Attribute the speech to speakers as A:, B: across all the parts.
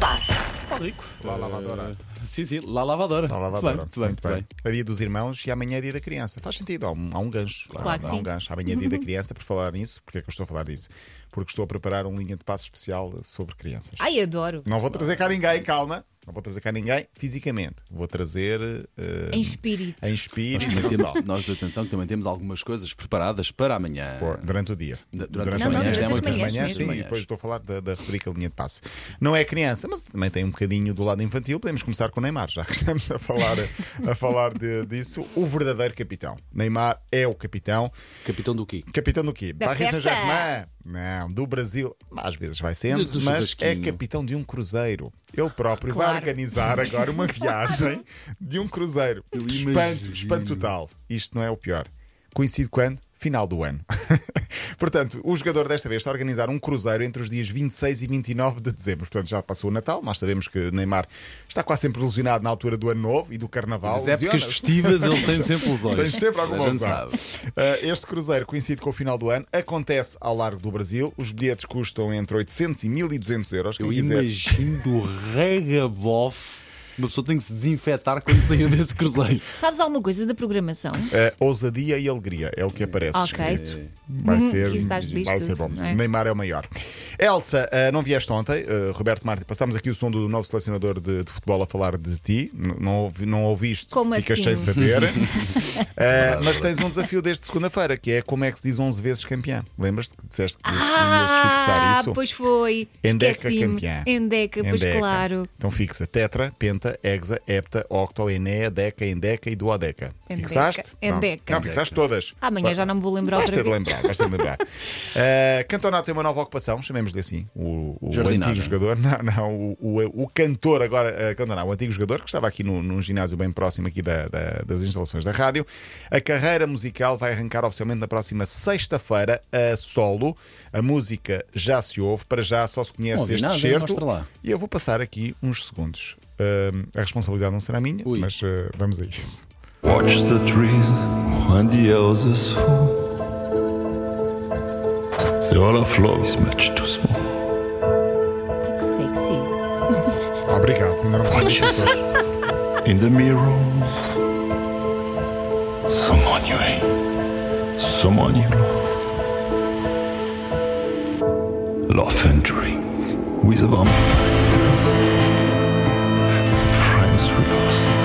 A: passa?
B: Rico.
C: Lá, lavadora.
B: Sim, sim, lá lavadora.
C: Lá,
B: Muito
C: lavadora.
B: Eh, bem, muito bem, muito bem.
C: É dia dos irmãos e amanhã é dia da criança. Faz sentido, há um, há um gancho.
A: Claro que
C: há
A: sim.
C: um gancho. Amanhã é dia da criança, por falar nisso, porque é que eu estou a falar disso? Porque estou a preparar um linha de passo especial sobre crianças.
A: Ai, adoro.
C: Não vou trazer cá ninguém, calma. Não vou trazer cá ninguém fisicamente. Vou trazer eh,
A: Em espírito.
C: em espírito.
B: Nós, também
C: só.
B: temos, nós, atenção, que também temos algumas coisas preparadas para amanhã.
C: Pô, Durante o dia.
B: Du- durante as
A: Não, não,
B: manhãs,
A: durante
B: né?
A: as
B: Muitas
A: manhãs mesmo.
C: sim, e depois estou a falar da, da rubrica linha de passe. Não é criança, mas também tem um bocadinho do lado infantil. Podemos começar com o Neymar, já que estamos a falar, a falar de- disso. O verdadeiro capitão. Neymar é o capitão.
B: Capitão do Ki.
C: Capitão do quê?
A: Da festa.
C: Saint-Germain? Não, do Brasil. Às vezes vai sendo,
B: Do- do
C: mas é
B: churrasquinho.
C: capitão de um cruzeiro. Ele próprio
A: Claro.
C: vai organizar agora uma viagem de um cruzeiro. Espanto, espanto total. Isto não é o pior. Coincide quando? Final do ano. Portanto, o jogador desta vez está a organizar um cruzeiro entre os dias 26 e 29 de dezembro. Portanto, já passou o Natal. Nós sabemos que Neymar está quase sempre ilusionado na altura do Ano Novo e do Carnaval.
B: As épocas
C: Ilusiona-se.
B: festivas ele tem sempre lesões.
C: Tem sempre alguma
B: A gente
C: opção.
B: sabe.
C: Uh, este cruzeiro coincide com o final do ano, acontece ao largo do Brasil. Os bilhetes custam entre 800 e 1200 euros. Quem
B: Eu
C: quiser.
B: imagino o regabof. Uma pessoa tem que se desinfetar quando saiu desse cruzeiro.
A: Sabes alguma coisa da programação?
C: Uh, ousadia e alegria é o que aparece.
A: Ok.
C: escrito. Vai
A: Hum,
C: ser,
A: isso dás disto
C: vai ser bom.
A: tudo, não é?
C: Neymar é o maior. Elsa, uh, não vieste ontem. Uh, Roberto Martins, passámos aqui o som do novo selecionador de, de futebol a falar de ti. N- não, ouvi- não ouviste?
A: Como
C: Ficas
A: assim?
C: sem saber. Uh, mas tens um desafio desde segunda-feira, que é como é que se diz 11 vezes campeã. Lembras-te que disseste que ias fixar
A: Ah,
C: isso?
A: pois foi.
C: Endeca
A: Esqueci-me.
C: campeã.
A: Endeca, pois
C: Endeca.
A: claro.
C: Então fixa tetra, penta, hexa, hepta, octo, enea, deca, endeca e duodeca.
A: Endeca.
C: Fixaste?
A: Endeca.
C: Não, não fixaste todas.
A: Amanhã já não me vou lembrar
C: Vais ter
A: outra
C: de
A: vez.
C: lembrar, vais ter de lembrar. uh, Cantona tem uma nova ocupação, chamemos-lhe assim. O, o
B: Jardinagem.
C: antigo jogador, não, não, o, o, o cantor agora, uh, Cantona, o antigo jogador que estava aqui no, num ginásio bem próximo aqui da- da- das instalações da rádio. A carreira musical vai arrancar oficialmente na próxima sexta-feira, a solo. A música já se ouve, para já só se
B: Não
C: conhece
B: ouvi
C: este
B: nada,
C: certo.
B: mostra lá.
C: E eu vou passar aqui uns segundos. Uh, a responsabilidade não será minha,
B: Ui.
C: mas uh, vamos a isso.
D: Watch the trees when the houses fall. The other floor is much too small.
A: Que sexy.
C: Obrigado, ainda não falei.
D: Watch yourself in the mirror. Someone you hate, someone you love. Love and drink with the vampires. The friends we lost,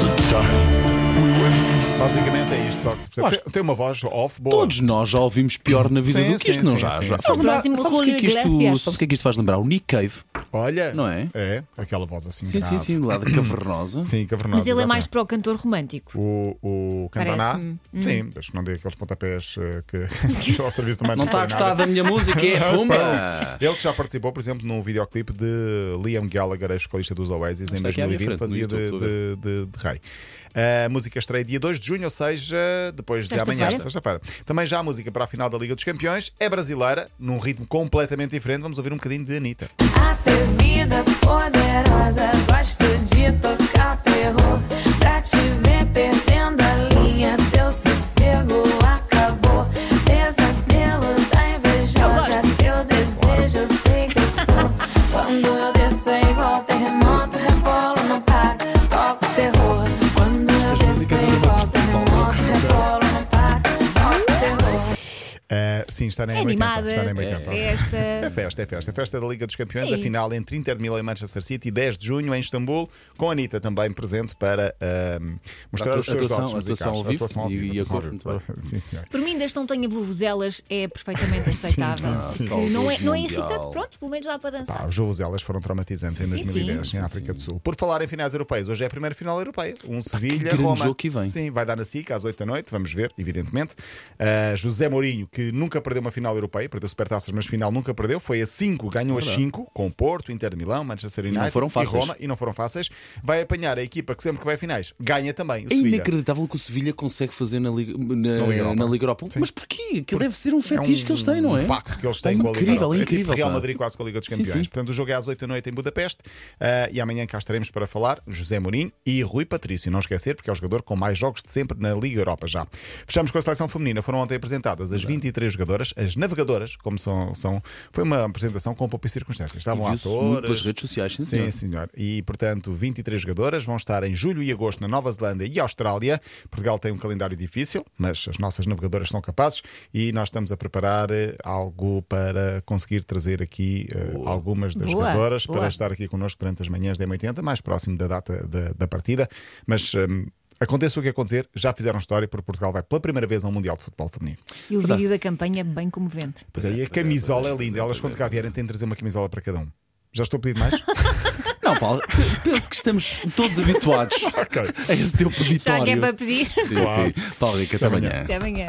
D: the time we waste.
C: Basicamente é isto, só que se percebe. Tem- Tem uma voz off boa.
B: Todos nós já ouvimos pior na vida
C: Sim,
B: do que isto,
C: sim,
B: não
C: sim,
B: já?
C: sim,
B: já.
C: sim.
B: Sabes,
A: O próximo
B: sabes o que é que isto,
A: Julio
B: sabes o que é que isto faz lembrar? O Nick Cave.
C: Olha.
B: Não é?
C: É, aquela voz assim.
B: Sim, sim,
C: grave.
B: sim, lá da cavernosa.
C: Sim, cavernosa.
A: Mas ele é mais
C: exatamente.
A: para o cantor romântico.
C: O, o Cantona.
A: Parece-me. Hum.
C: Sim, deixa que não dei aqueles pontapés eh, que ao serviço do Manchester
B: Não está a
C: United.
B: gostar da minha música, é pumba!
C: Ele que já participou, por exemplo, num videoclipe de Liam Gallagher, ex-vocalista dos Oasis, em
B: Está aqui à minha
C: 2020,
B: frente, no
C: fazia de,
B: YouTube,
C: de, de, de Harry. A música estreia dia 2 de junho, ou seja, depois de
A: Sexta-feira.
C: amanhã, sexta-feira. Também já a música para a final da Liga dos Campeões é brasileira, num ritmo completamente diferente. Vamos ouvir um bocadinho de Anitta.
E: Atrevida, poderosa, gosto de tocar terror. Pra te ver perdendo a linha, teu sossego acabou. Pesadelo da invejosa,
A: gosto.
E: teu desejo, eu sei que eu sou. Quando eu desço é igual terremoto, rebolo não para, toco terror. Quando eu desço é igual terremoto, rebolo não para, toco terror.
C: Ah, sim, está na
A: É
C: Emma Campa,
A: animada.
C: Está na Emma
A: É
C: Campa. É
A: festa.
C: festa, é festa. É festa da Liga dos Campeões,
A: Sim.
C: a final entre Inter de Milão e Manchester City, 10 de junho em Istambul, com a Anitta também presente para ahm, mostrar
B: Atu-
C: os seus
B: atuação-
C: dotes musicais.
B: atuação ao vivo e- e
C: atuação
B: a cor,
C: ao vivo. Sim, senhor.
A: Por mim, desde que não tenha vuvuzelas, é perfeitamente aceitável.
B: sim,
A: Porque
B: sim.
A: Não, é,
B: Sim.
A: não é
B: Mundial.
A: irritante. Pronto, pelo menos dá para
C: Pá,
A: dançar.
C: os vuvuzelas foram traumatizantes em
A: Sim, sim,
C: 2010
A: sim,
C: em África do Sul. Por falar em finais europeias, hoje é a primeira final europeia. Um Sevilha,
B: grande
C: Roma.
B: jogo que vem.
C: Sim, vai dar na SIC às 8 da noite, vamos ver, evidentemente. Ah, José Mourinho, que nunca perdeu uma final europeia, perdeu supertaças, mas final nunca perdeu, foi a 5, ganhou a 5 com Porto, Inter de Milão, Manchester United
B: foram fáceis.
C: Roma e não foram fáceis. Vai apanhar a equipa que sempre que vai a finais ganha também, o
B: É
C: Sevilha.
B: inacreditável o que o Sevilha consegue fazer na Liga,
C: Na Liga
B: na,
C: Europa.
B: na Liga Europa. Mas porquê? Que deve ser um
C: É um
B: fetiche que eles têm, não é?
C: pacto que eles têm com a Liga
B: incrível,
C: Europa.
B: é
C: É tipo
B: incrível.
C: Real
B: pá.
C: Madrid quase com a Liga dos
B: Sim,
C: Campeões.
B: sim.
C: Portanto, o jogo é às 8 da noite em Budapeste uh, e amanhã cá estaremos para falar José Mourinho e Rui Patrício. Não esquecer, porque é o jogador com mais jogos de sempre na Liga Europa já. Fechamos com a seleção feminina. Foram ontem apresentadas as 23 jogadoras, as as navegadoras, como são, são foi uma apresentação com pouca circunstâncias. Estavam
B: Viu-se muito pelas
C: atores.
B: redes sociais, sim,
C: Sim,
B: senhor.
C: senhor. E, portanto, 23 jogadoras vão estar em julho e agosto na Nova Zelândia e Austrália. Portugal tem um calendário difícil, mas as nossas navegadoras são capazes e nós estamos a preparar eh, algo para conseguir trazer aqui eh, algumas das
A: Boa,
C: jogadoras
A: boa.
C: para estar aqui connosco durante as manhãs da M80, mais próximo da data da, da partida. Mas. hum, Aconteça o que acontecer, já fizeram história porque Portugal vai pela primeira vez ao Mundial de Futebol Feminino.
A: E o vídeo da campanha é bem comovente.
C: Pois aí a camisola é linda. Elas, quando cá vierem, têm de trazer uma camisola para cada um. Já estou a pedir mais?
B: Não, Paulo, pe- penso que estamos todos habituados a esse teu peditório.
A: Já que é para pedir.
B: Sim, sim. Paulo Rica, até amanhã.
A: Até amanhã.